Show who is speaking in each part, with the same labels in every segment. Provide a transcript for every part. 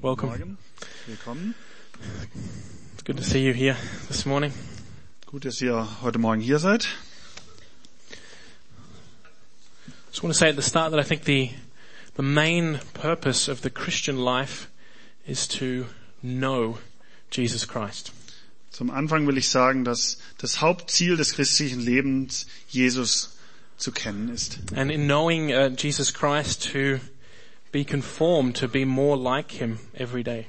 Speaker 1: Welcome.
Speaker 2: Morgen, willkommen.
Speaker 1: It's good to see you here this morning.
Speaker 2: Gut, dass ihr heute Morgen hier seid.
Speaker 1: Just want to say at the start that I think the the main purpose of the Christian life is to know Jesus Christ.
Speaker 2: Zum Anfang will ich sagen, dass das Hauptziel des christlichen Lebens Jesus zu kennen ist.
Speaker 1: And in knowing uh, Jesus Christ to be conformed to be more like him every day.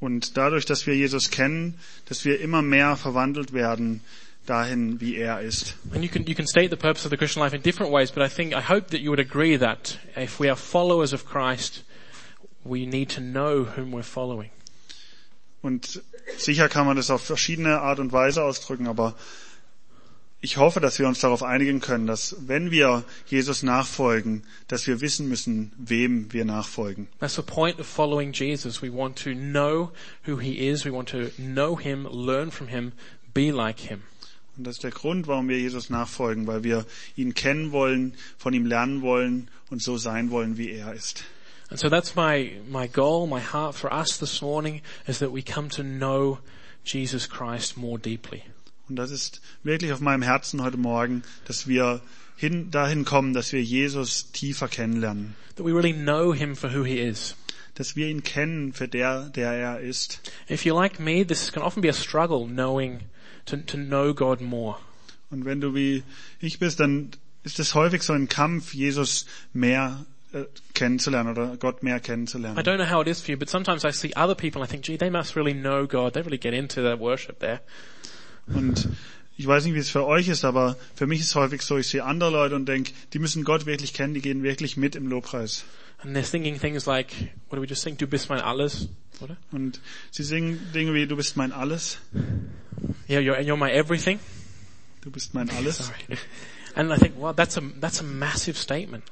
Speaker 2: Und dadurch, dass wir Jesus kennen, dass wir immer mehr verwandelt werden dahin, wie er ist.
Speaker 1: And you can you can state the purpose of the Christian life in different ways, but I think I hope that you would agree that if we are followers of Christ, we need to know whom we're following.
Speaker 2: Und sicher kann man das auf verschiedene Art und Weise ausdrücken, aber ich hoffe, dass wir uns darauf einigen können, dass wenn wir Jesus nachfolgen, dass wir wissen müssen, wem wir nachfolgen.
Speaker 1: That's the point of following Jesus. We want to know who he is. We want to know him, learn from him, be like him.
Speaker 2: Und das ist der Grund, warum wir Jesus nachfolgen, weil wir ihn kennen wollen, von ihm lernen wollen und so sein wollen, wie er ist.
Speaker 1: And so that's my, my goal, my heart for us this morning is that we come to know Jesus Christ more deeply.
Speaker 2: Und das ist wirklich auf meinem Herzen heute Morgen, dass wir hin, dahin kommen, dass wir Jesus tiefer kennenlernen,
Speaker 1: That we really know him for who he is.
Speaker 2: dass wir ihn kennen für der, der er ist.
Speaker 1: If you're like me, this can often be a struggle knowing, to, to know God more.
Speaker 2: Und wenn du wie ich bist, dann ist es häufig so ein Kampf, Jesus mehr äh, kennenzulernen oder Gott mehr
Speaker 1: I
Speaker 2: kennenzulernen.
Speaker 1: don't know how it is for you, but sometimes I see other people and I think, gee, they must really know God. They really get into their worship there.
Speaker 2: Und ich weiß nicht, wie es für euch ist, aber für mich ist es häufig so, ich sehe andere Leute und denke, die müssen Gott wirklich kennen, die gehen wirklich mit im Lobpreis.
Speaker 1: And they're thinking things like, what do we just think? Du bist mein alles, oder?
Speaker 2: Und sie singen Dinge wie, du bist mein Alles,
Speaker 1: Yeah, you're, you're my everything.
Speaker 2: du bist mein Alles.
Speaker 1: Sorry. And I think, wow, that's a, that's a massive statement.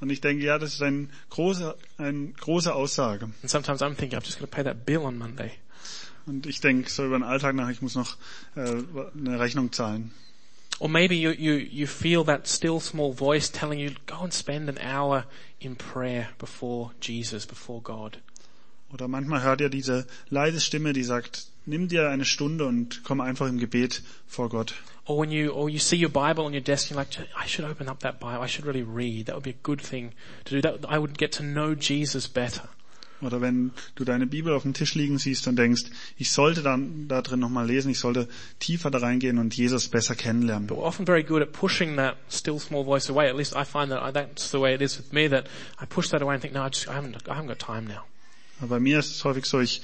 Speaker 2: Und ich denke, ja, das ist eine große, eine große Aussage.
Speaker 1: And sometimes I'm thinking, I've just got to pay that bill on Monday.
Speaker 2: Und ich denke so über den Alltag nach, ich muss noch äh, eine Rechnung zahlen.
Speaker 1: Or maybe you, you, you feel that still small voice telling you, go and spend an hour in prayer before Jesus, before God.
Speaker 2: Oder manchmal hört ihr diese leise Stimme, die sagt, nimm dir eine Stunde und komm einfach im Gebet vor Gott.
Speaker 1: Or when you, or you see your Bible on your desk, you're like, I should open up that Bible. I should really read. That would be a good thing to do. That, I would get to know Jesus better.
Speaker 2: Oder wenn du deine Bibel auf dem Tisch liegen siehst und denkst, ich sollte dann da drin nochmal lesen, ich sollte tiefer da reingehen und Jesus besser kennenlernen.
Speaker 1: But we're often very good at pushing that still small voice away. At least I find that I, that's the way it is with me. That I push that away and think, no, I just I haven't I haven't got time now.
Speaker 2: Aber bei mir ist es häufig so, ich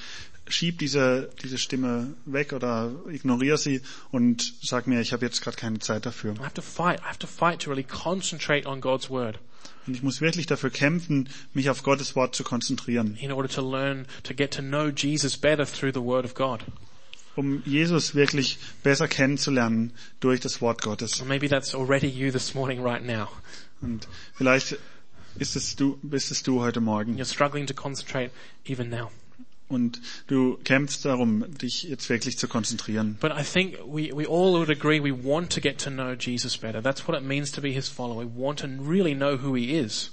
Speaker 2: schieb diese, diese Stimme weg oder ignoriere sie und sag mir, ich habe jetzt gerade keine Zeit dafür.
Speaker 1: I have to fight. I have to fight to really concentrate on God's word
Speaker 2: Und ich muss wirklich dafür kämpfen, mich auf Gottes Wort zu konzentrieren,
Speaker 1: in order to learn to get to know Jesus better through the word of God.
Speaker 2: um Jesus wirklich besser kennenzulernen durch das Wort Gottes.
Speaker 1: And maybe that's already you this morning, right now.
Speaker 2: Und vielleicht ist es du, bist es du heute Morgen
Speaker 1: You're struggling to concentrate even now.
Speaker 2: und du kämpfst darum, dich jetzt wirklich zu konzentrieren.
Speaker 1: But I think we, we all would agree we want to get to know Jesus better. That's what it means to be his follower. We want to really know who he is.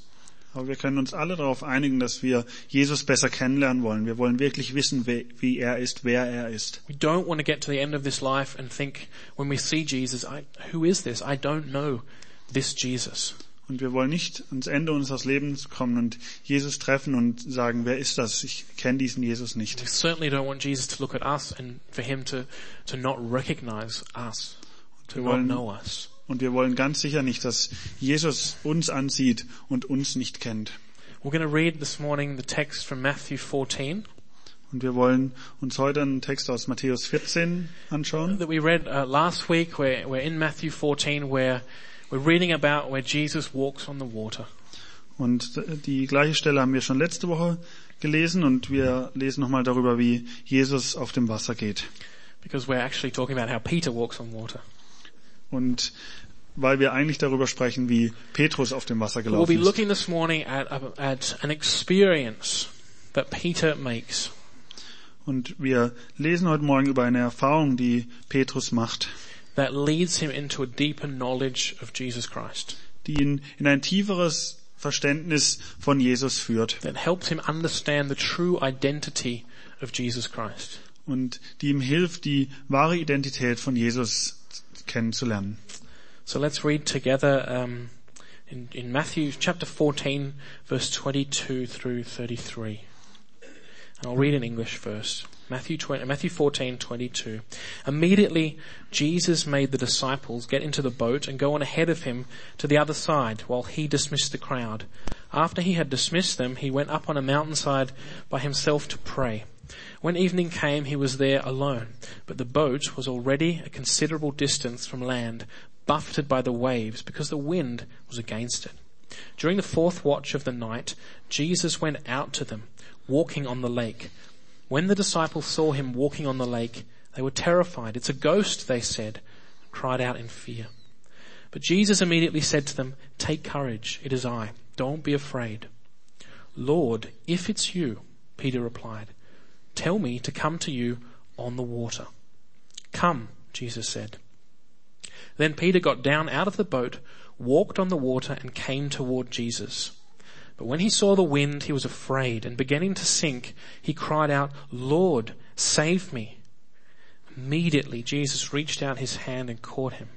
Speaker 2: Aber wir können uns alle darauf einigen, dass wir Jesus besser kennenlernen wollen. Wir wollen wirklich wissen, wer, wie er ist, wer er ist.
Speaker 1: We don't want to get to the end of this life and think when we see Jesus, I, who is this? I don't know this Jesus.
Speaker 2: Und wir wollen nicht ans Ende unseres Lebens kommen und Jesus treffen und sagen, wer ist das? Ich kenne diesen Jesus nicht.
Speaker 1: We certainly don't want Jesus to look at us and for him to, to not recognize us, to
Speaker 2: Wir
Speaker 1: not
Speaker 2: wollen-
Speaker 1: know us.
Speaker 2: Und wir wollen ganz sicher nicht, dass Jesus uns ansieht und uns nicht kennt.
Speaker 1: We're going to read this morning the text from Matthew 14
Speaker 2: Und wir wollen uns heute einen Text aus Matthäus 14 anschauen.
Speaker 1: that we read uh, last week. We're, we're in Matthew 14 where we're reading about where Jesus walks on the water.
Speaker 2: Und die gleiche Stelle haben wir schon letzte Woche gelesen und wir lesen nochmal darüber, wie Jesus auf dem Wasser geht.
Speaker 1: Because we're actually talking about how Peter walks on water.
Speaker 2: Und weil wir eigentlich darüber sprechen, wie Petrus auf dem Wasser
Speaker 1: We'll be
Speaker 2: gelaufen ist.
Speaker 1: looking this morning at, uh, at an experience that Peter makes.
Speaker 2: Und wir lesen heute Morgen über eine Erfahrung, die Petrus macht,
Speaker 1: that leads him into a deeper knowledge of Jesus Christ.
Speaker 2: die ihn in ein tieferes Verständnis von Jesus führt
Speaker 1: that helps him understand the true identity of Jesus Christ.
Speaker 2: und die ihm hilft, die wahre Identität von Jesus kennenzulernen.
Speaker 1: So let's read together um, in, in Matthew chapter 14, verse 22 through 33. And I'll read in English first. Matthew, 20, Matthew 14, 22. Immediately Jesus made the disciples get into the boat and go on ahead of him to the other side while he dismissed the crowd. After he had dismissed them, he went up on a mountainside by himself to pray. When evening came, he was there alone, but the boat was already a considerable distance from land, buffeted by the waves because the wind was against it. During the fourth watch of the night, Jesus went out to them, walking on the lake. When the disciples saw him walking on the lake, they were terrified. It's a ghost, they said, and cried out in fear. But Jesus immediately said to them, take courage, it is I. Don't be afraid. Lord, if it's you, Peter replied, tell me to come to you on the water. Come, Jesus said. Then Peter got down out of the boat, walked on the water and came toward Jesus. But when he saw the wind, he was afraid and beginning to sink, he cried out, Lord, save me. Immediately Jesus reached out his hand and caught him.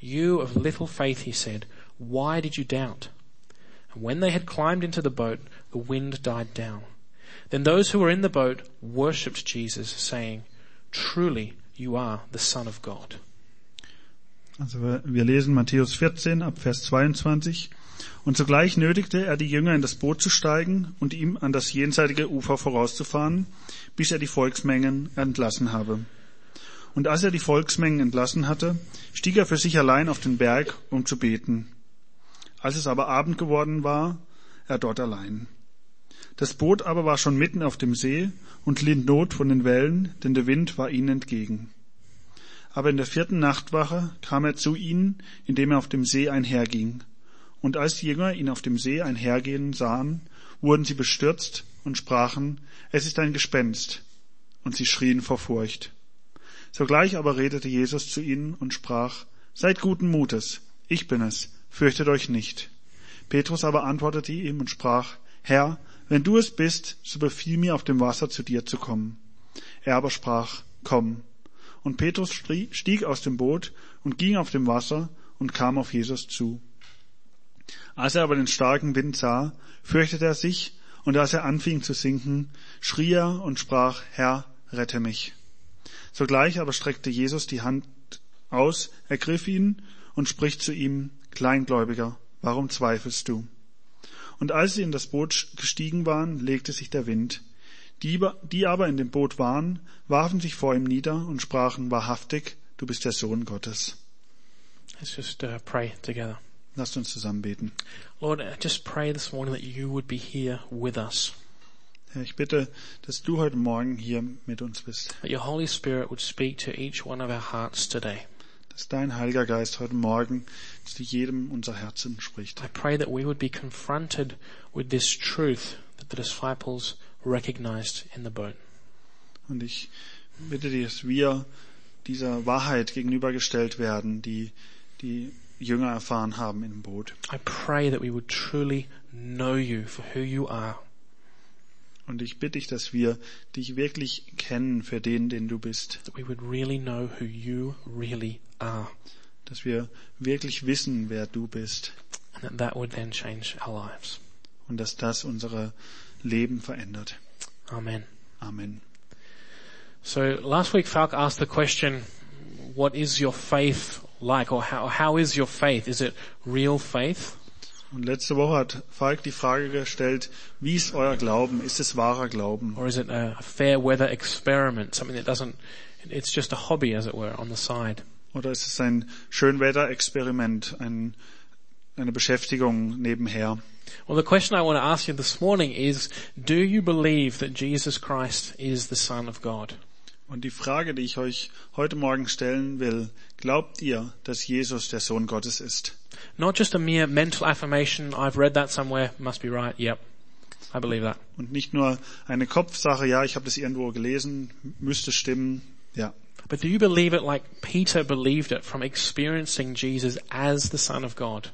Speaker 1: You of little faith, he said, why did you doubt? And when they had climbed into the boat, the wind died down. Then those who were in the boat worshipped Jesus saying, truly you are the son of God.
Speaker 2: Also wir, wir lesen Matthäus 14 ab Vers 22. Und zugleich nötigte er die Jünger in das Boot zu steigen und ihm an das jenseitige Ufer vorauszufahren, bis er die Volksmengen entlassen habe. Und als er die Volksmengen entlassen hatte, stieg er für sich allein auf den Berg, um zu beten. Als es aber Abend geworden war, er dort allein. Das Boot aber war schon mitten auf dem See und litt Not von den Wellen, denn der Wind war ihnen entgegen. Aber in der vierten Nachtwache kam er zu ihnen, indem er auf dem See einherging. Und als die Jünger ihn auf dem See einhergehen sahen, wurden sie bestürzt und sprachen, es ist ein Gespenst. Und sie schrien vor Furcht. Sogleich aber redete Jesus zu ihnen und sprach, seid guten Mutes, ich bin es, fürchtet euch nicht. Petrus aber antwortete ihm und sprach, Herr, wenn du es bist, so befiehl mir auf dem Wasser zu dir zu kommen. Er aber sprach, komm. Und Petrus strie- stieg aus dem Boot und ging auf dem Wasser und kam auf Jesus zu. Als er aber den starken Wind sah, fürchtete er sich, und als er anfing zu sinken, schrie er und sprach, Herr, rette mich. Sogleich aber streckte Jesus die Hand aus, ergriff ihn und spricht zu ihm, Kleingläubiger, warum zweifelst du? Und als sie in das Boot gestiegen waren, legte sich der Wind. Die, ba- die aber in dem Boot waren, warfen sich vor ihm nieder und sprachen wahrhaftig, du bist der Sohn Gottes.
Speaker 1: Let's just uh, pray together.
Speaker 2: Lasst uns zusammen beten.
Speaker 1: Lord, I just pray this morning that you would be here with us,
Speaker 2: Herr, ich bitte, dass du heute Morgen hier mit uns bist,
Speaker 1: that your Holy Spirit would speak to each one of our hearts today.
Speaker 2: dass dein Heiliger Geist heute Morgen zu jedem unser Herzen spricht.
Speaker 1: I pray that we would be confronted with this truth that the disciples recognized in the boat.
Speaker 2: Und ich bitte dich, dass wir dieser Wahrheit gegenübergestellt werden, die die Jünger erfahren haben im Boot.
Speaker 1: I pray that we would truly know you for who you are,
Speaker 2: Und ich bitte dich, dass wir dich wirklich kennen für den, den du bist.
Speaker 1: that we would really know who you really are,
Speaker 2: Dass wir wirklich wissen, wer du bist.
Speaker 1: and that that would then change our lives.
Speaker 2: Und dass das unsere Leben verändert.
Speaker 1: Amen.
Speaker 2: Amen.
Speaker 1: So last week Falk asked the question, what is your faith like or how, how is your faith? Is it real faith?
Speaker 2: Und letzte Woche hat Falk die Frage gestellt, wie ist euer Glauben? Ist es wahrer Glauben?
Speaker 1: Or is it a, a fair weather experiment? Something that doesn't, it's just a hobby as it were on the side.
Speaker 2: Oder ist es ein Schönwetterexperiment, ein, eine Beschäftigung nebenher?
Speaker 1: Well, the question I want to ask you this morning is, do you believe that Jesus Christ is the Son of God?
Speaker 2: Und die Frage, die ich euch heute Morgen stellen will, glaubt ihr, dass Jesus der Sohn Gottes ist?
Speaker 1: Not just a mere mental affirmation, I've read that somewhere, must be right, yep. I believe that.
Speaker 2: Und nicht nur eine Kopfsache, ja, ich habe das irgendwo gelesen, müsste stimmen, ja.
Speaker 1: But do you believe it like Peter believed it from experiencing Jesus as the Son of God?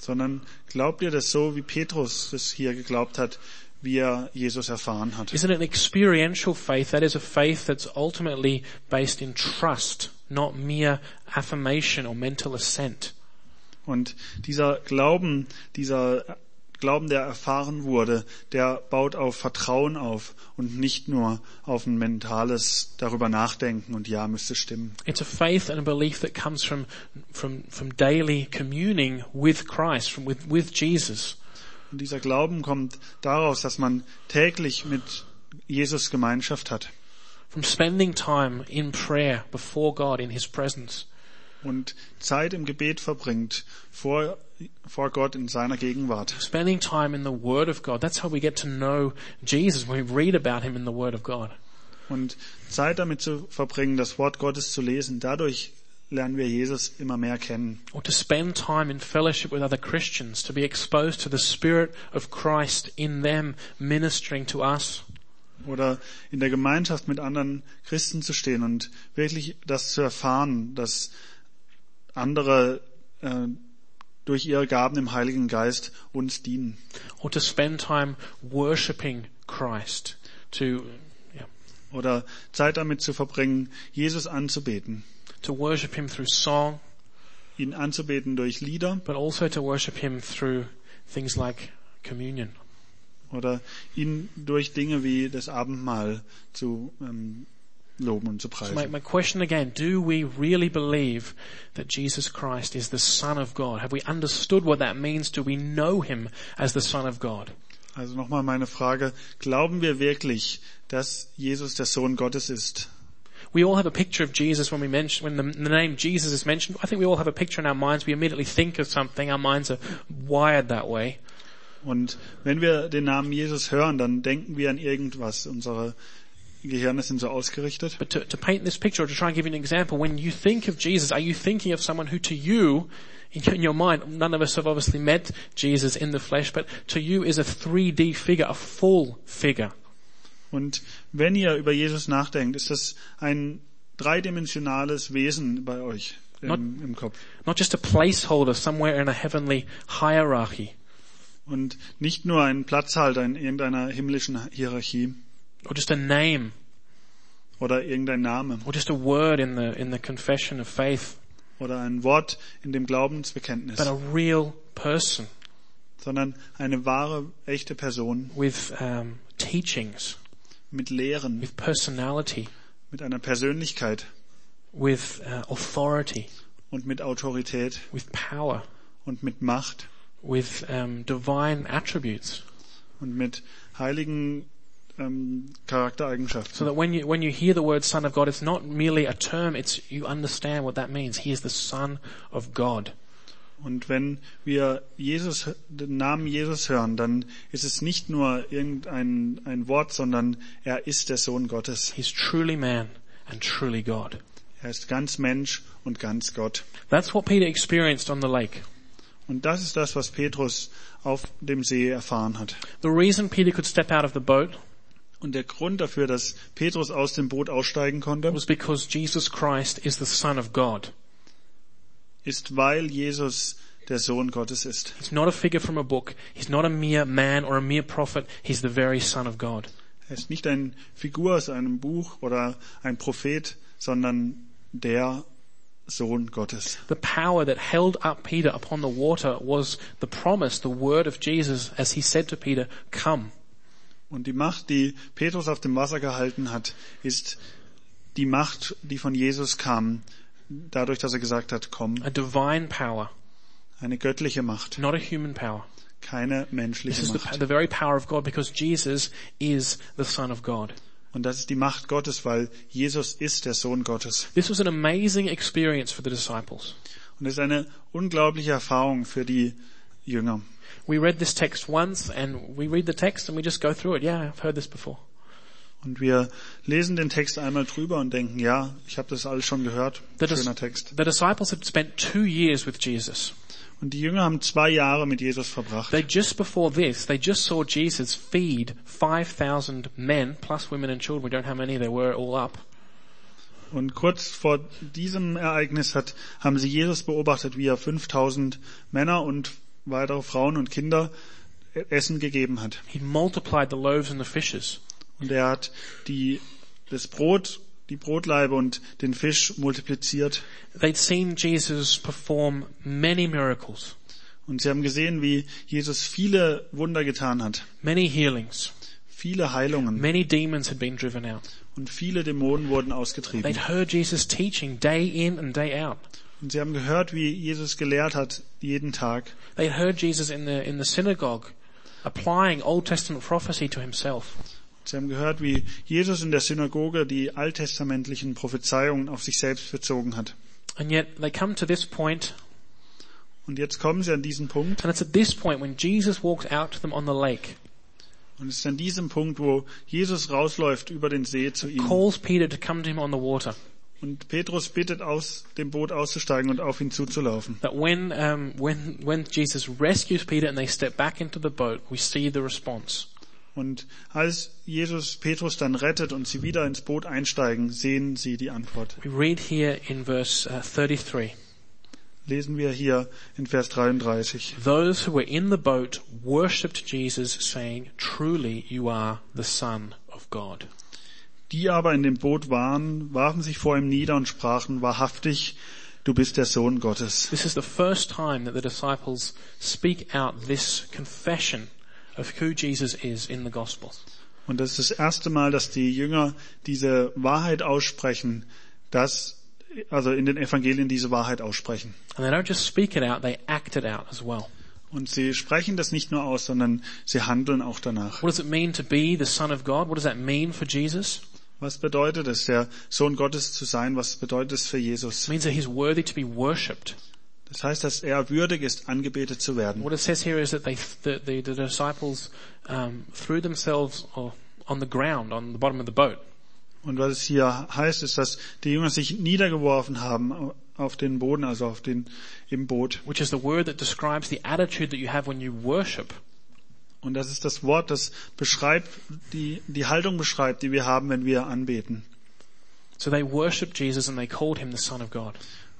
Speaker 2: sondern glaubt ihr das so, wie Petrus es hier geglaubt hat, wie er Jesus erfahren hat?
Speaker 1: Isn't it an experiential faith? That is a faith that's ultimately based in trust, not mere affirmation or mental assent.
Speaker 2: Und dieser Glauben, dieser Glauben, der erfahren wurde, der baut auf Vertrauen auf und nicht nur auf ein mentales darüber nachdenken und ja, müsste stimmen.
Speaker 1: It's a faith and a belief that comes from, from, from daily communing with Christ, from with, with Jesus.
Speaker 2: Und dieser Glauben kommt daraus, dass man täglich mit Jesus Gemeinschaft hat
Speaker 1: from spending time in prayer before God in His presence.
Speaker 2: und Zeit im Gebet verbringt vor, vor Gott in seiner Gegenwart.
Speaker 1: Spending time in the Word of God. That's how we get to know Jesus when we read about Him in the Word of God.
Speaker 2: Und Zeit damit zu verbringen, das Wort Gottes zu lesen. Dadurch lernen wir Jesus immer mehr kennen.
Speaker 1: Or to spend time in fellowship with other Christians, to be exposed to the Spirit of Christ in them ministering to us.
Speaker 2: Oder in der Gemeinschaft mit anderen Christen zu stehen und wirklich das zu erfahren, dass andere äh, durch ihre Gaben im Heiligen Geist uns dienen.
Speaker 1: Or to spend time worshipping Christ. To, yeah,
Speaker 2: Oder Zeit damit zu verbringen, Jesus anzubeten.
Speaker 1: to worship Him through song,
Speaker 2: Ihn anzubeten durch Lieder
Speaker 1: but also to worship Him through things like communion.
Speaker 2: oder ihn durch Dinge wie das Abendmahl zu ähm, loben und zu
Speaker 1: So my,
Speaker 2: preisen.
Speaker 1: my question again, do we really believe that Jesus Christ is the Son of God? Have we understood what that means? Do we know Him as the Son of God?
Speaker 2: Also nochmal meine Frage, glauben wir wirklich, dass Jesus der Sohn Gottes ist?
Speaker 1: We all have a picture of Jesus when we mention, when the, the name Jesus is mentioned. I think we all have a picture in our minds. We immediately think of something. Our minds are wired that way.
Speaker 2: Und wenn wir den Namen Jesus hören, dann denken wir an irgendwas. Unsere Gehirne sind so ausgerichtet.
Speaker 1: But to, to paint this picture or to try and give you an example, when you think of Jesus, are you thinking of someone who to you, in your, in your mind, none of us have obviously met Jesus in the flesh, but to you is a 3D figure, a full figure.
Speaker 2: Und wenn ihr über Jesus nachdenkt, ist das ein dreidimensionales Wesen bei euch im, im Kopf.
Speaker 1: not just a placeholder somewhere in a heavenly hierarchy,
Speaker 2: Und nicht nur ein Platzhalter in irgendeiner himmlischen Hierarchie
Speaker 1: or just a name,
Speaker 2: oder irgendein Name.
Speaker 1: or just a word in the, in the confession of faith,
Speaker 2: oder ein Wort in dem Glaubensbekenntnis,
Speaker 1: but a real person
Speaker 2: sondern eine wahre, echte Person
Speaker 1: with um, teachings,
Speaker 2: mit Lehren,
Speaker 1: with personality,
Speaker 2: mit einer Persönlichkeit
Speaker 1: with uh, authority,
Speaker 2: und mit Autorität
Speaker 1: with power,
Speaker 2: und mit Macht
Speaker 1: with um, divine attributes.
Speaker 2: und mit heiligen ähm,
Speaker 1: So
Speaker 2: Charaktereigenschaften.
Speaker 1: that when you, when you hear the word Son of God, it's not merely a term, it's, you understand what that means. He is the Son of God.
Speaker 2: Und wenn wir Jesus, den Namen Jesus hören, dann ist es nicht nur irgendein ein Wort, sondern er ist der Sohn Gottes.
Speaker 1: He's truly man and truly God.
Speaker 2: Er ist ganz Mensch und ganz Gott.
Speaker 1: That's what Peter experienced on the lake.
Speaker 2: Und das ist das, was Petrus auf dem See erfahren hat.
Speaker 1: The reason Peter could step out of the boat
Speaker 2: Und der Grund dafür, dass Petrus aus dem Boot aussteigen konnte,
Speaker 1: was because Jesus Christ is the Son of God.
Speaker 2: ist, weil Jesus der Sohn Gottes ist.
Speaker 1: He's not a figure from a book. He's not a mere man or a mere prophet. He's the very Son of God.
Speaker 2: Er ist nicht eine Figur aus einem Buch oder ein Prophet, sondern der Sohn Gottes.
Speaker 1: The power that held up Peter upon the water was the promise, the word of Jesus as he said to Peter, come.
Speaker 2: Und die Macht, die Petrus auf dem Wasser gehalten hat, ist die Macht, die von Jesus kam, dadurch, dass er gesagt hat, komm,
Speaker 1: A divine power,
Speaker 2: eine göttliche Macht,
Speaker 1: not a human power.
Speaker 2: keine
Speaker 1: This
Speaker 2: menschliche
Speaker 1: is the,
Speaker 2: Macht.
Speaker 1: the very power of God because Jesus is the Son of God.
Speaker 2: Und das ist die Macht Gottes, weil Jesus ist der Sohn Gottes.
Speaker 1: This was an amazing experience for the disciples.
Speaker 2: Und es ist eine unglaubliche Erfahrung für die Jünger.
Speaker 1: We read this text once and we read the text and we just go through it. Yeah, I've heard this before.
Speaker 2: Und wir lesen den Text einmal drüber und denken, ja, ich habe das alles schon gehört.
Speaker 1: The, dis-
Speaker 2: Schöner Text.
Speaker 1: the disciples had spent two years with Jesus.
Speaker 2: Und die Jünger haben zwei Jahre mit Jesus verbracht.
Speaker 1: They just before this, they just saw Jesus feed 5,000 men, plus women and children. We don't know how many there were all up.
Speaker 2: Und kurz vor diesem Ereignis hat, haben sie Jesus beobachtet, wie er 5000 Männer und weitere Frauen und Kinder Essen gegeben hat.
Speaker 1: He multiplied the loaves and the fishes.
Speaker 2: Und er hat die, das Brot, die Brotleibe und den Fisch multipliziert.
Speaker 1: They'd seen Jesus perform many miracles,
Speaker 2: Und sie haben gesehen, wie Jesus viele Wunder getan hat.
Speaker 1: many healings.
Speaker 2: Viele Heilungen
Speaker 1: Many demons had been driven out.
Speaker 2: und viele Dämonen wurden ausgetrieben.
Speaker 1: They'd heard Jesus teaching day in and day out.
Speaker 2: Und sie haben gehört, wie Jesus gelehrt hat, jeden Tag.
Speaker 1: They'd heard Jesus in the, in the synagogue applying Old Testament prophecy to himself.
Speaker 2: Sie haben gehört, wie Jesus in der Synagoge die alttestamentlichen Prophezeiungen auf sich selbst bezogen hat.
Speaker 1: And yet they come to this point,
Speaker 2: Und jetzt kommen sie an diesen Punkt.
Speaker 1: and it's at this point when Jesus walks out to them on the lake,
Speaker 2: Und es ist an diesem Punkt, wo Jesus rausläuft über den See zu ihnen.
Speaker 1: calls Peter to come to him on the water.
Speaker 2: Und Petrus bittet aus dem Boot auszusteigen und auf ihn zuzulaufen.
Speaker 1: That when, um, when, when Jesus rescues Peter and they step back into the boat, we see the response.
Speaker 2: Und als Jesus Petrus dann rettet und sie wieder ins Boot einsteigen, sehen sie die Antwort.
Speaker 1: We read here in verse uh, 33.
Speaker 2: Lesen wir hier in Vers 33.
Speaker 1: Those who were in the boat worshipped Jesus, saying, Truly you are the Son of God.
Speaker 2: Die aber in dem Boot waren, warfen sich vor ihm nieder und sprachen wahrhaftig, du bist der Sohn Gottes.
Speaker 1: This is the first time that the disciples speak out this confession of who Jesus is in the gospel.
Speaker 2: Und das ist das erste Mal, dass die Jünger diese Wahrheit aussprechen, dass, also in den Evangelien diese Wahrheit aussprechen.
Speaker 1: And they don't just speak it out, they act it out as well.
Speaker 2: Und sie sprechen das nicht nur aus, sondern sie handeln auch danach.
Speaker 1: What does it mean to be the Son of God? What does that mean for Jesus?
Speaker 2: Was bedeutet es, der Sohn Gottes zu sein? Was bedeutet es für
Speaker 1: It
Speaker 2: Jesus?
Speaker 1: means that he's worthy to be worshipped.
Speaker 2: Das heißt, dass er würdig ist, angebetet zu werden.
Speaker 1: What it says here is that they, the, the, the disciples um, threw themselves or, on the ground, on the bottom of the boat.
Speaker 2: Und was es hier heißt, ist, dass die Jünger sich niedergeworfen haben auf den Boden, also auf den, im Boot.
Speaker 1: which is the word that describes the attitude that you have when you worship.
Speaker 2: Und das ist das Wort, das beschreibt, die, die Haltung beschreibt, die wir haben, wenn wir anbeten.
Speaker 1: So they worshiped Jesus and they called him the Son of God.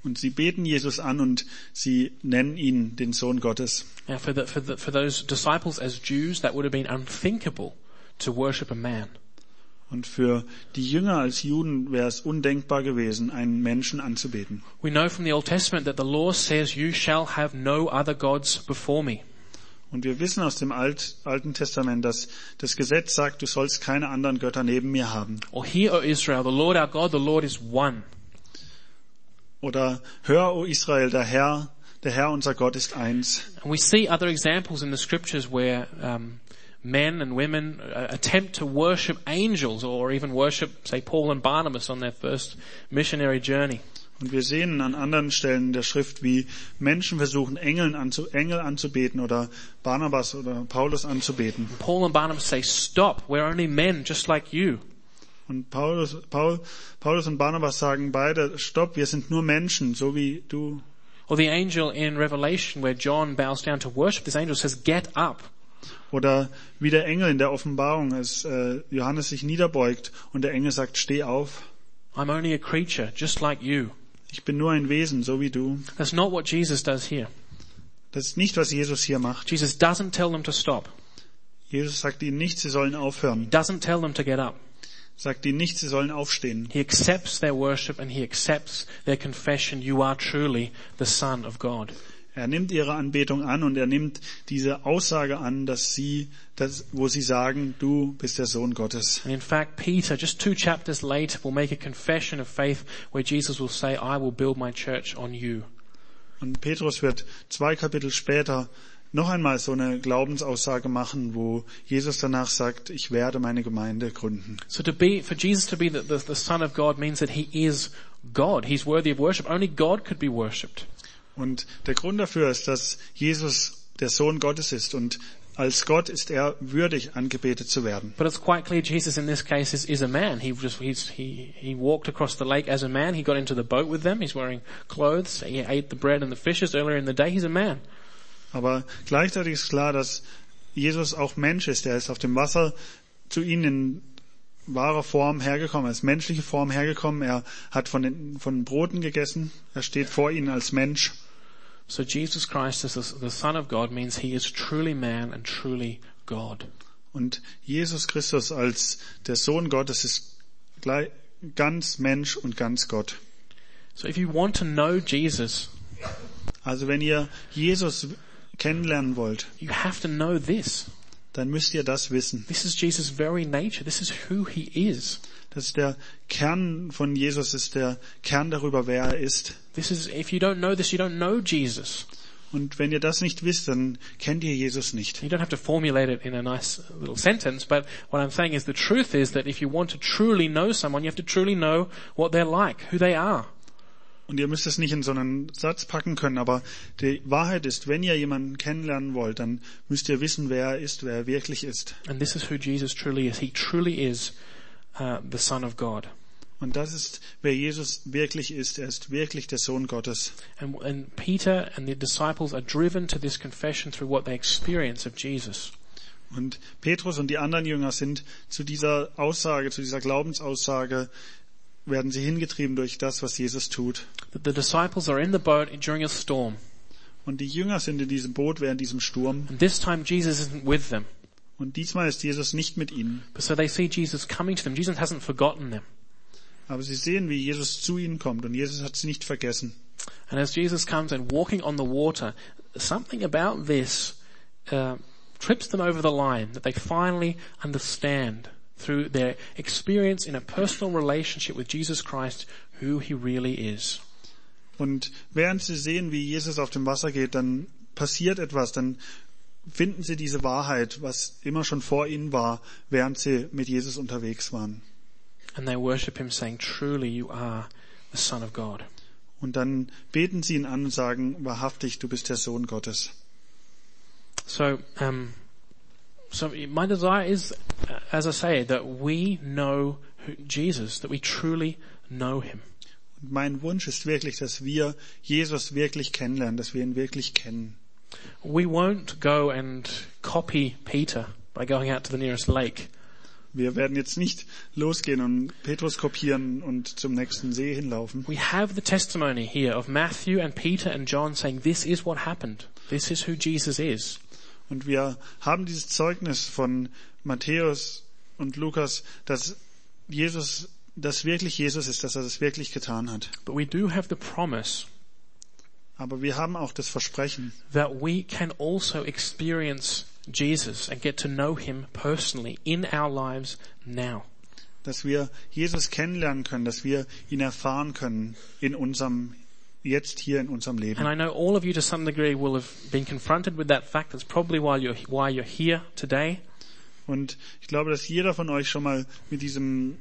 Speaker 2: Und sie beten Jesus an und sie nennen ihn den Sohn Gottes.
Speaker 1: Now for, the, for, the, for those disciples as Jews, that would have been unthinkable to worship a man.
Speaker 2: Und für die Jünger als Juden wäre es undenkbar gewesen, einen Menschen anzubeten.
Speaker 1: We know from the Old Testament that the law says you shall have no other gods before me.
Speaker 2: Und wir wissen aus dem Alt, Alten Testament, dass das Gesetz sagt, du sollst keine anderen Götter neben mir haben.
Speaker 1: Or hear, O Israel, the Lord our God, the Lord is one.
Speaker 2: Oder hör, o Israel, der Herr, der Herr unser Gott ist eins.
Speaker 1: And we see other examples in the scriptures where um, men and women uh, attempt to worship angels or even worship, say, Paul and Barnabas on their first missionary journey.
Speaker 2: Und wir sehen an anderen Stellen der Schrift, wie Menschen versuchen, Engeln anzu, Engel anzubeten oder Barnabas oder Paulus anzubeten.
Speaker 1: Paul and Barnabas say, stop, we're only men just like you.
Speaker 2: Und Paulus, Paul, Paulus und Barnabas sagen beide, stopp, wir sind nur Menschen, so wie du.
Speaker 1: Or the angel in Revelation where John bows down to worship, this angel says, get up.
Speaker 2: Oder wie der Engel in der Offenbarung, als äh, Johannes sich niederbeugt und der Engel sagt, steh auf.
Speaker 1: I'm only a creature just like you.
Speaker 2: Ich bin nur ein Wesen, so wie du.
Speaker 1: That's not what Jesus does here.
Speaker 2: Das ist nicht, was Jesus hier macht.
Speaker 1: Jesus doesn't tell them to stop,
Speaker 2: Jesus sagt ihnen nicht, sie sollen aufhören.
Speaker 1: doesn't tell them to get up.
Speaker 2: Sagt ihnen nicht, sie sollen aufstehen.
Speaker 1: He accepts their worship and he accepts their confession, you are truly the Son of God.
Speaker 2: Er nimmt ihre Anbetung an und er nimmt diese Aussage an, dass sie, dass, wo sie sagen, du bist der Sohn Gottes.
Speaker 1: And in fact, Peter, just two chapters later, will make a confession of faith where Jesus will say, I will build my church on you.
Speaker 2: Und Petrus wird zwei Kapitel später noch einmal so eine Glaubensaussage machen, wo Jesus danach sagt, ich werde meine Gemeinde gründen.
Speaker 1: So to be, for Jesus to be the, the, the Son of God means that He is God. He's worthy of worship. Only God could be worshipped.
Speaker 2: Und der Grund dafür ist, dass Jesus der Sohn Gottes ist und als Gott ist er würdig, angebetet zu werden.
Speaker 1: But it's quite clear Jesus in this case is, is a man. He just, he's, he, he walked across the lake as a man. He got into the boat with them. He's wearing clothes. He ate the bread and the fishes earlier in the day. He's a man.
Speaker 2: Aber gleichzeitig ist klar, dass Jesus auch Mensch ist. Er ist auf dem Wasser zu ihnen in wahrer Form hergekommen, als menschliche Form hergekommen. Er hat von den von Broten gegessen. Er steht vor ihnen als Mensch.
Speaker 1: So Jesus Christ as the the Son of God means he is truly man and truly God.
Speaker 2: Und Jesus Christus als der Sohn Gottes ist gleich, ganz Mensch und ganz Gott.
Speaker 1: So if you want to know Jesus,
Speaker 2: Also wenn ihr Jesus kennenlernen wollt,
Speaker 1: you have to know this.
Speaker 2: dann müsst ihr das wissen.
Speaker 1: This is Jesus' very nature. This is who he is.
Speaker 2: Das ist der Kern von Jesus, ist der Kern darüber, wer er ist.
Speaker 1: This is, if you don't know this, you don't know Jesus.
Speaker 2: Und wenn ihr das nicht wisst, dann kennt ihr Jesus nicht.
Speaker 1: You don't have to formulate it in a nice little sentence, but what I'm saying is the truth is that if you want to truly know someone, you have to truly know what they're like, who they are.
Speaker 2: Und ihr müsst es nicht in so einen Satz packen können, aber die Wahrheit ist, wenn ihr jemanden kennenlernen wollt, dann müsst ihr wissen, wer er ist, wer er wirklich ist.
Speaker 1: And this is who Jesus truly is. He truly is uh, the Son of God.
Speaker 2: Und das ist, wer Jesus wirklich ist. Er ist wirklich der Sohn Gottes.
Speaker 1: And, and Peter and the disciples are driven to this confession through what they experience of Jesus.
Speaker 2: Und Petrus und die anderen Jünger sind zu dieser Aussage, zu dieser Glaubensaussage, werden sie hingetrieben durch das, was Jesus tut.
Speaker 1: That the disciples are in the boat during a storm.
Speaker 2: Und die Jünger sind in diesem Boot während diesem Sturm.
Speaker 1: And this time Jesus isn't with them.
Speaker 2: Und diesmal ist Jesus nicht mit ihnen.
Speaker 1: But so they see Jesus coming to them. Jesus hasn't forgotten them.
Speaker 2: Aber sie sehen, wie Jesus zu ihnen kommt. Und Jesus hat sie nicht vergessen.
Speaker 1: And as Jesus comes and walking on the water, something about this uh, trips them over the line that they finally understand through their experience in a personal relationship with Jesus Christ who he really is.
Speaker 2: Und während sie sehen, wie Jesus auf dem Wasser geht, dann passiert etwas, dann finden sie diese Wahrheit, was immer schon vor ihnen war, während sie mit Jesus unterwegs waren.
Speaker 1: And they worship him saying, truly you are the Son of God.
Speaker 2: Und dann beten sie ihn an und sagen, wahrhaftig, du bist der Sohn Gottes.
Speaker 1: So, um, so my desire is, uh, as I say, that we know who, Jesus, that we truly know him.
Speaker 2: Und mein Wunsch ist wirklich, dass wir Jesus wirklich kennenlernen, dass wir ihn wirklich kennen.
Speaker 1: We won't go and copy Peter by going out to the nearest lake.
Speaker 2: Wir werden jetzt nicht losgehen und Petrus kopieren und zum nächsten See hinlaufen.
Speaker 1: We have the testimony here of Matthew and Peter and John saying, this is what happened. This is who Jesus is.
Speaker 2: Und wir haben dieses Zeugnis von Matthäus und Lukas, dass Jesus, dass wirklich Jesus ist, dass er das wirklich getan hat.
Speaker 1: But we do have the promise
Speaker 2: Aber wir haben auch das Versprechen,
Speaker 1: that we can also experience Jesus and get to know him personally in our lives now.
Speaker 2: dass wir Jesus kennenlernen können, dass wir ihn erfahren können in unserem, jetzt hier in unserem
Speaker 1: And
Speaker 2: Leben.
Speaker 1: I know all of you to some degree will have been confronted with that fact. That's probably why you're, why you're here today.
Speaker 2: Und ich glaube, dass jeder von euch schon mal mit diesem,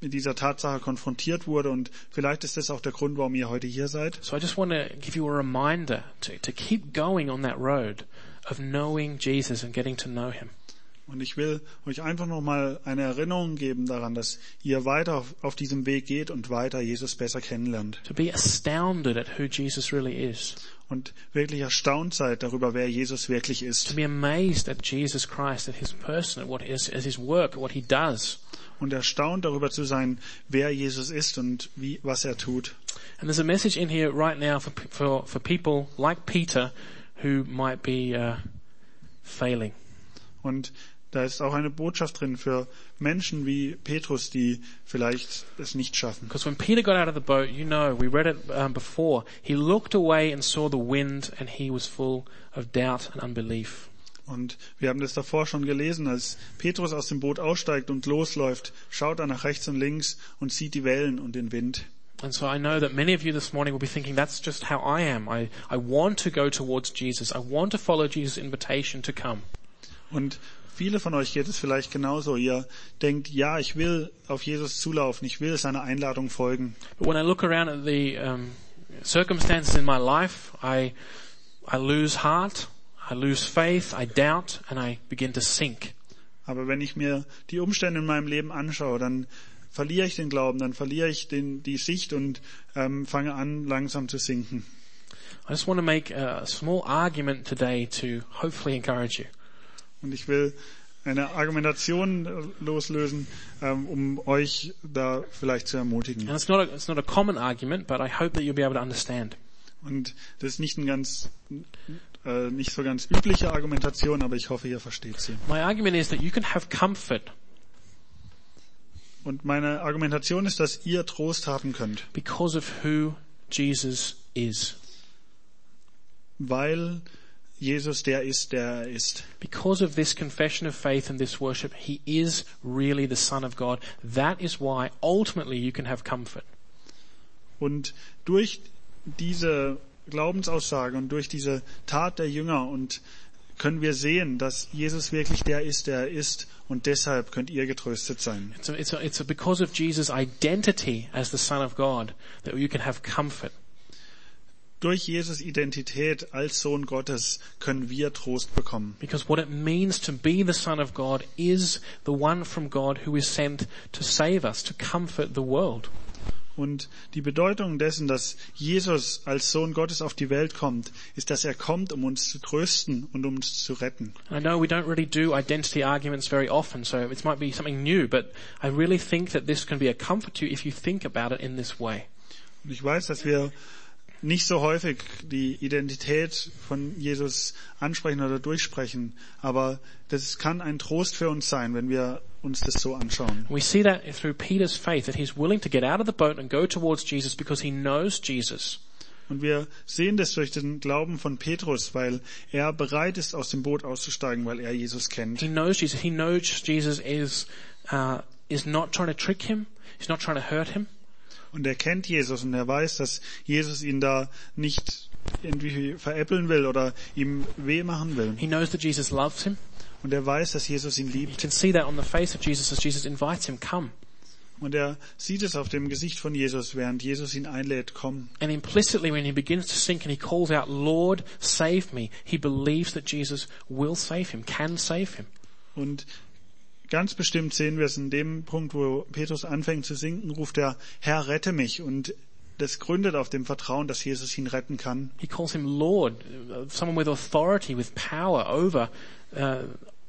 Speaker 2: mit dieser Tatsache konfrontiert wurde und vielleicht ist das auch der Grund, warum ihr heute hier seid.
Speaker 1: So I just want to give you a reminder to, to keep going on that road of knowing Jesus and getting to know him.
Speaker 2: Und ich will euch einfach nochmal eine Erinnerung geben daran, dass ihr weiter auf, auf diesem Weg geht und weiter Jesus besser kennenlernt.
Speaker 1: To be astounded at who Jesus really is.
Speaker 2: Und wirklich erstaunt seid darüber, wer Jesus wirklich
Speaker 1: To
Speaker 2: ist.
Speaker 1: be amazed at Jesus Christ, at his person, at what is, at his work, at what he does.
Speaker 2: Und erstaunt darüber zu sein, wer Jesus ist und wie, was er tut.
Speaker 1: And there's a message in here right now for, pe- for, for people like Peter who might be uh, failing.
Speaker 2: Und da ist auch eine Botschaft drin für Menschen wie Petrus, die vielleicht es nicht schaffen.
Speaker 1: Because when Peter got out of the boat, you know, we read it um, before, he looked away and saw the wind and he was full of doubt and unbelief.
Speaker 2: Und wir haben das davor schon gelesen, als Petrus aus dem Boot aussteigt und losläuft, schaut er nach rechts und links und sieht die Wellen und den Wind.
Speaker 1: And so I know that many of you this morning will be thinking, that's just how I am. I, I want to go towards Jesus. I want to follow Jesus' invitation to come.
Speaker 2: Und viele von euch geht es vielleicht genauso. Ihr denkt, ja, ich will auf Jesus zulaufen, ich will seiner Einladung folgen.
Speaker 1: But when I look around at the um, circumstances in my life, I, I lose heart, I lose faith, I doubt, and I begin to sink.
Speaker 2: Aber wenn ich mir die Umstände in meinem Leben anschaue, dann verliere ich den Glauben, dann verliere ich den, die Sicht und ähm, fange an, langsam zu sinken.
Speaker 1: I just want to make a small argument today to hopefully encourage you.
Speaker 2: Und ich will eine Argumentation äh, loslösen, ähm, um euch da vielleicht zu ermutigen.
Speaker 1: And it's not a, it's not a common argument, but I hope that you'll be able to understand.
Speaker 2: Und das ist nicht ein ganz, äh, nicht so ganz übliche Argumentation, aber ich hoffe, ihr versteht sie.
Speaker 1: My argument is that you can have comfort
Speaker 2: Und meine Argumentation ist, dass ihr Trost haben könnt,
Speaker 1: because of who Jesus is,
Speaker 2: weil Jesus der ist, der er ist.
Speaker 1: because of this confession of faith and this worship. He is really the Son of God. That is why ultimately you can have comfort.
Speaker 2: Und durch diese Glaubensaussage und durch diese Tat der Jünger und können wir sehen, dass Jesus wirklich der ist, der er ist und deshalb könnt ihr getröstet sein.
Speaker 1: So it's, a, it's a, because of Jesus' identity as the Son of God that you can have comfort.
Speaker 2: Durch Jesus Identität als Sohn Gottes können wir Trost bekommen.
Speaker 1: Because what it means to be the Son of God is the one from God who is sent to save us, to comfort the world.
Speaker 2: Und die Bedeutung dessen, dass Jesus als Sohn Gottes auf die Welt kommt, ist, dass er kommt, um uns zu trösten und um uns zu retten.
Speaker 1: I know we don't really do identity arguments very often, so it might be something new, but I really think that this can be a comfort to you if you think about it in this way.
Speaker 2: Und ich weiß, dass wir nicht so häufig die Identität von Jesus ansprechen oder durchsprechen, aber das kann ein Trost für uns sein, wenn wir uns das so anschauen.
Speaker 1: We see that through Peter's faith that he's willing to get out of the boat and go towards Jesus because he knows Jesus.
Speaker 2: Und wir sehen das durch den Glauben von Petrus, weil er bereit ist, aus dem Boot auszusteigen, weil er Jesus kennt.
Speaker 1: He knows Jesus. He knows Jesus is uh, is not trying to trick him. He's not trying to hurt him.
Speaker 2: Und er kennt Jesus und er weiß, dass Jesus ihn da nicht irgendwie veräppeln will oder ihm weh machen will.
Speaker 1: He knows that Jesus loves him.
Speaker 2: Und er weiß, dass Jesus ihn
Speaker 1: You
Speaker 2: liebt.
Speaker 1: can see that on the face of Jesus as Jesus invites him, "Come."
Speaker 2: Und er sieht es auf dem Gesicht von Jesus, während Jesus ihn einlädt, komm.
Speaker 1: And implicitly, when he begins to sink and he calls out, "Lord, save me," he believes that Jesus will save him, can save him.
Speaker 2: Und ganz bestimmt sehen wir es in dem Punkt, wo Petrus anfängt zu sinken, ruft er, Herr, rette mich. Und das gründet auf dem Vertrauen, dass Jesus ihn retten kann.
Speaker 1: He calls him Lord, uh, someone with authority, with power over uh,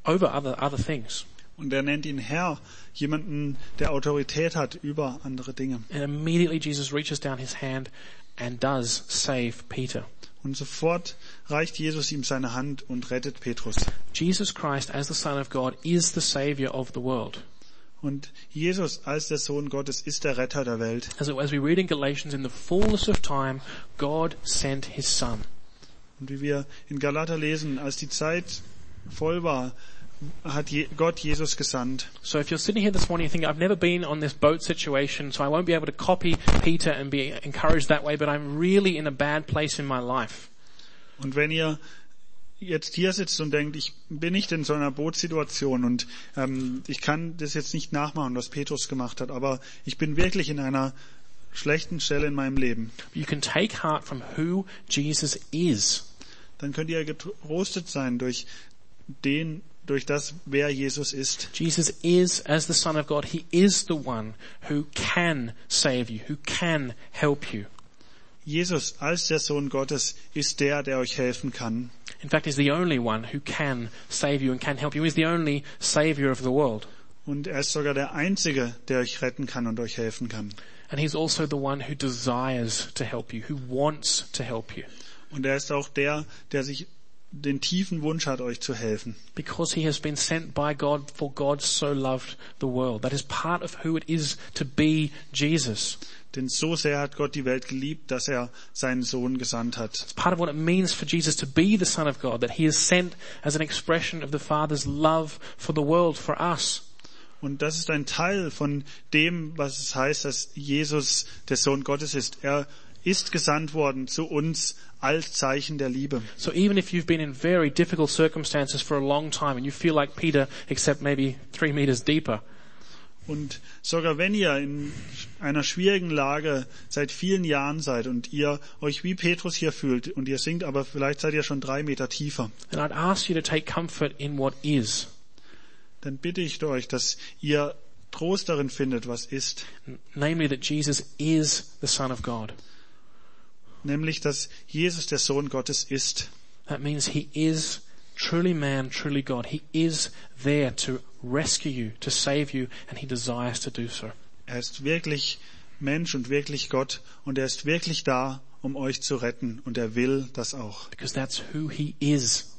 Speaker 1: over other other things.
Speaker 2: Und er nennt ihn Herr, jemanden, der Autorität hat über andere Dinge.
Speaker 1: And immediately Jesus reaches down his hand and does save Peter.
Speaker 2: Und sofort reicht Jesus ihm seine Hand und rettet Petrus.
Speaker 1: Jesus Christ as the Son of God is the Savior of the world.
Speaker 2: Und Jesus als der Sohn Gottes ist der Retter der Welt.
Speaker 1: As, it, as we read in Galatians, in the fullness of time, God sent his Son.
Speaker 2: Und wie wir in Galater lesen, als die Zeit voll war, hat Je- Gott Jesus gesandt.
Speaker 1: So if you're sitting here this morning, you think, I've never been on this boat situation, so I won't be able to copy Peter and be encouraged that way, but I'm really in a bad place in my life.
Speaker 2: Und wenn ihr jetzt hier sitzt und denkt, ich bin nicht in so einer Bootssituation und ähm, ich kann das jetzt nicht nachmachen, was Petrus gemacht hat, aber ich bin wirklich in einer schlechten Stelle in meinem Leben,
Speaker 1: You can take heart from who Jesus is.
Speaker 2: dann könnt ihr getröstet sein durch den, durch das, wer Jesus ist.
Speaker 1: Jesus is, as the Son of God, He is the one who can save you, who can help you.
Speaker 2: Jesus als der Sohn Gottes ist der, der euch helfen kann.
Speaker 1: In fact, He's the only one who can save you and can help you. He's the only Savior of the world.
Speaker 2: Und er ist sogar der Einzige, der euch retten kann und euch helfen kann.
Speaker 1: And He's also the one who desires to help you, who wants to help you.
Speaker 2: Und er ist auch der, der sich den tiefen Wunsch hat, euch zu helfen.
Speaker 1: Because He has been sent by God, for God so loved the world. That is part of who it is to be Jesus.
Speaker 2: Denn so sehr hat Gott die Welt geliebt, dass er seinen Sohn gesandt hat.
Speaker 1: It's part of what it means for Jesus to be the Son of God, that He is sent as an expression of the Father's love for the world, for us.
Speaker 2: Und das ist ein Teil von dem, was es heißt, dass Jesus der Sohn Gottes ist. Er ist gesandt worden zu uns als Zeichen der Liebe.
Speaker 1: So even if you've been in very difficult circumstances for a long time and you feel like Peter, except maybe three meters deeper,
Speaker 2: Und sogar wenn ihr in einer schwierigen Lage seit vielen Jahren seid und ihr euch wie Petrus hier fühlt und ihr singt, aber vielleicht seid ihr schon drei Meter tiefer,
Speaker 1: then I'd ask you to take comfort in what is.
Speaker 2: dann bitte ich euch, dass ihr Trost darin findet, was ist.
Speaker 1: Namely that Jesus is the Son of God.
Speaker 2: Nämlich, dass Jesus der Sohn Gottes ist.
Speaker 1: That means He is truly man, truly God. He is there to rescue you, to save you, and He desires to do so.
Speaker 2: Er ist wirklich Mensch und wirklich Gott und er ist wirklich da, um euch zu retten und er will das auch.
Speaker 1: because that's who he is.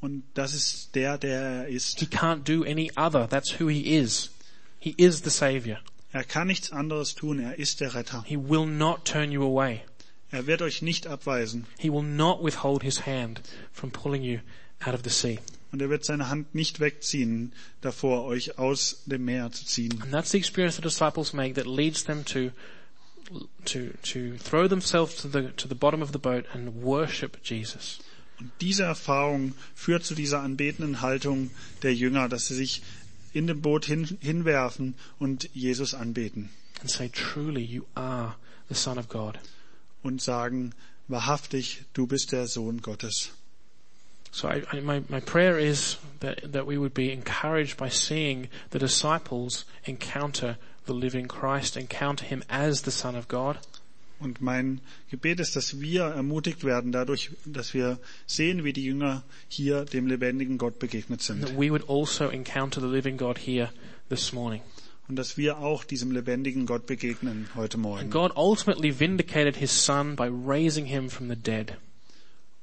Speaker 2: Und das ist der, der er ist.
Speaker 1: He can't do any other. That's who he is. He is the savior.
Speaker 2: Er kann nichts anderes tun, er ist der Retter.
Speaker 1: He will not turn you away.
Speaker 2: Er wird euch nicht abweisen
Speaker 1: He will not withhold his hand from pulling you out of the sea.
Speaker 2: und er wird seine Hand nicht wegziehen davor, euch aus dem Meer zu ziehen.
Speaker 1: And that's the experience the disciples make that leads them to to to throw themselves to the to the bottom of the boat and worship Jesus.
Speaker 2: Diese Erfahrung führt zu dieser anbetenden Haltung der Jünger, dass sie sich in dem Boot hin, hinwerfen und Jesus anbeten
Speaker 1: and say, truly you are the Son of God.
Speaker 2: und sagen, wahrhaftig, du bist der Sohn Gottes.
Speaker 1: So I, I, my, my prayer is that, that we would be encouraged by seeing the disciples encounter the living Christ, encounter him as the Son of God,
Speaker 2: Und mein Gebet ist, dass wir ermutigt werden dadurch, dass wir sehen, wie die Jünger hier dem lebendigen Gott begegnet
Speaker 1: and that
Speaker 2: sind.
Speaker 1: we would also encounter the living God here this morning.
Speaker 2: Und dass wir auch diesem lebendigen Gott begegnen heute Morgen.
Speaker 1: And God ultimately vindicated his Son by raising him from the dead.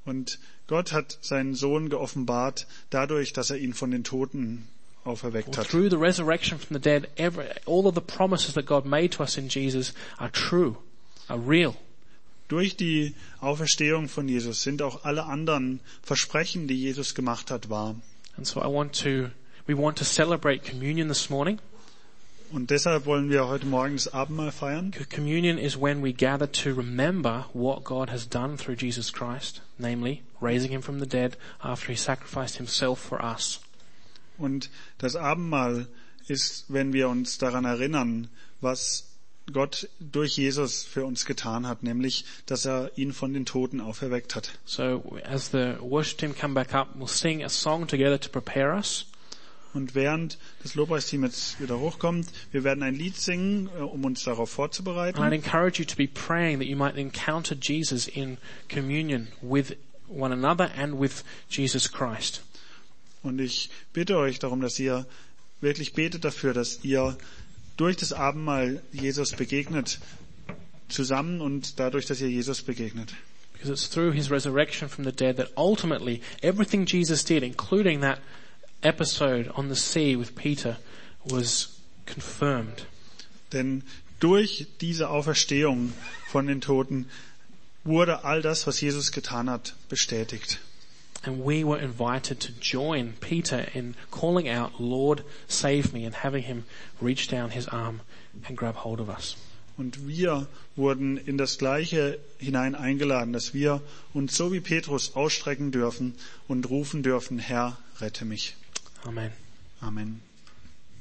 Speaker 2: Und Gott hat seinen Sohn geoffenbart dadurch, dass er ihn von den Toten auferweckt hat.
Speaker 1: Through the resurrection from the dead, every, all of the promises that God made to us in Jesus are true, are real.
Speaker 2: Durch die Auferstehung von Jesus sind auch alle anderen Versprechen, die Jesus gemacht hat, wahr.
Speaker 1: And so I want to, we want to celebrate communion this morning.
Speaker 2: Und deshalb wollen wir heute Morgen das Abendmahl feiern.
Speaker 1: C- Communion is when we gather to remember what God has done through Jesus Christ, namely raising him from the dead after he sacrificed himself for us.
Speaker 2: Und das Abendmahl ist, wenn wir uns daran erinnern, was Gott durch Jesus für uns getan hat, nämlich, dass er ihn von den Toten auferweckt hat.
Speaker 1: So as the worship team come back up, we'll sing a song together to prepare us.
Speaker 2: Und während das Lobpreisteam jetzt wieder hochkommt, wir werden ein Lied singen, äh, um uns darauf vorzubereiten.
Speaker 1: And I'd encourage you to be praying that you might encounter Jesus in communion with one another and with Jesus Christ.
Speaker 2: Und ich bitte euch darum, dass ihr wirklich betet dafür, dass ihr durch das Abendmahl Jesus begegnet, zusammen und dadurch, dass ihr Jesus begegnet.
Speaker 1: Because it's through his resurrection from the dead that ultimately everything Jesus did, including that episode on the sea with Peter, was confirmed.
Speaker 2: Denn durch diese Auferstehung von den Toten wurde all das, was Jesus getan hat, bestätigt.
Speaker 1: And we were invited to join Peter in calling out, Lord, save me, and having him reach down his arm and grab hold of us.
Speaker 2: Und wir wurden in das Gleiche hinein eingeladen, dass wir uns so wie Petrus ausstrecken dürfen und rufen dürfen, Herr, rette mich.
Speaker 1: Amen.
Speaker 2: Amen.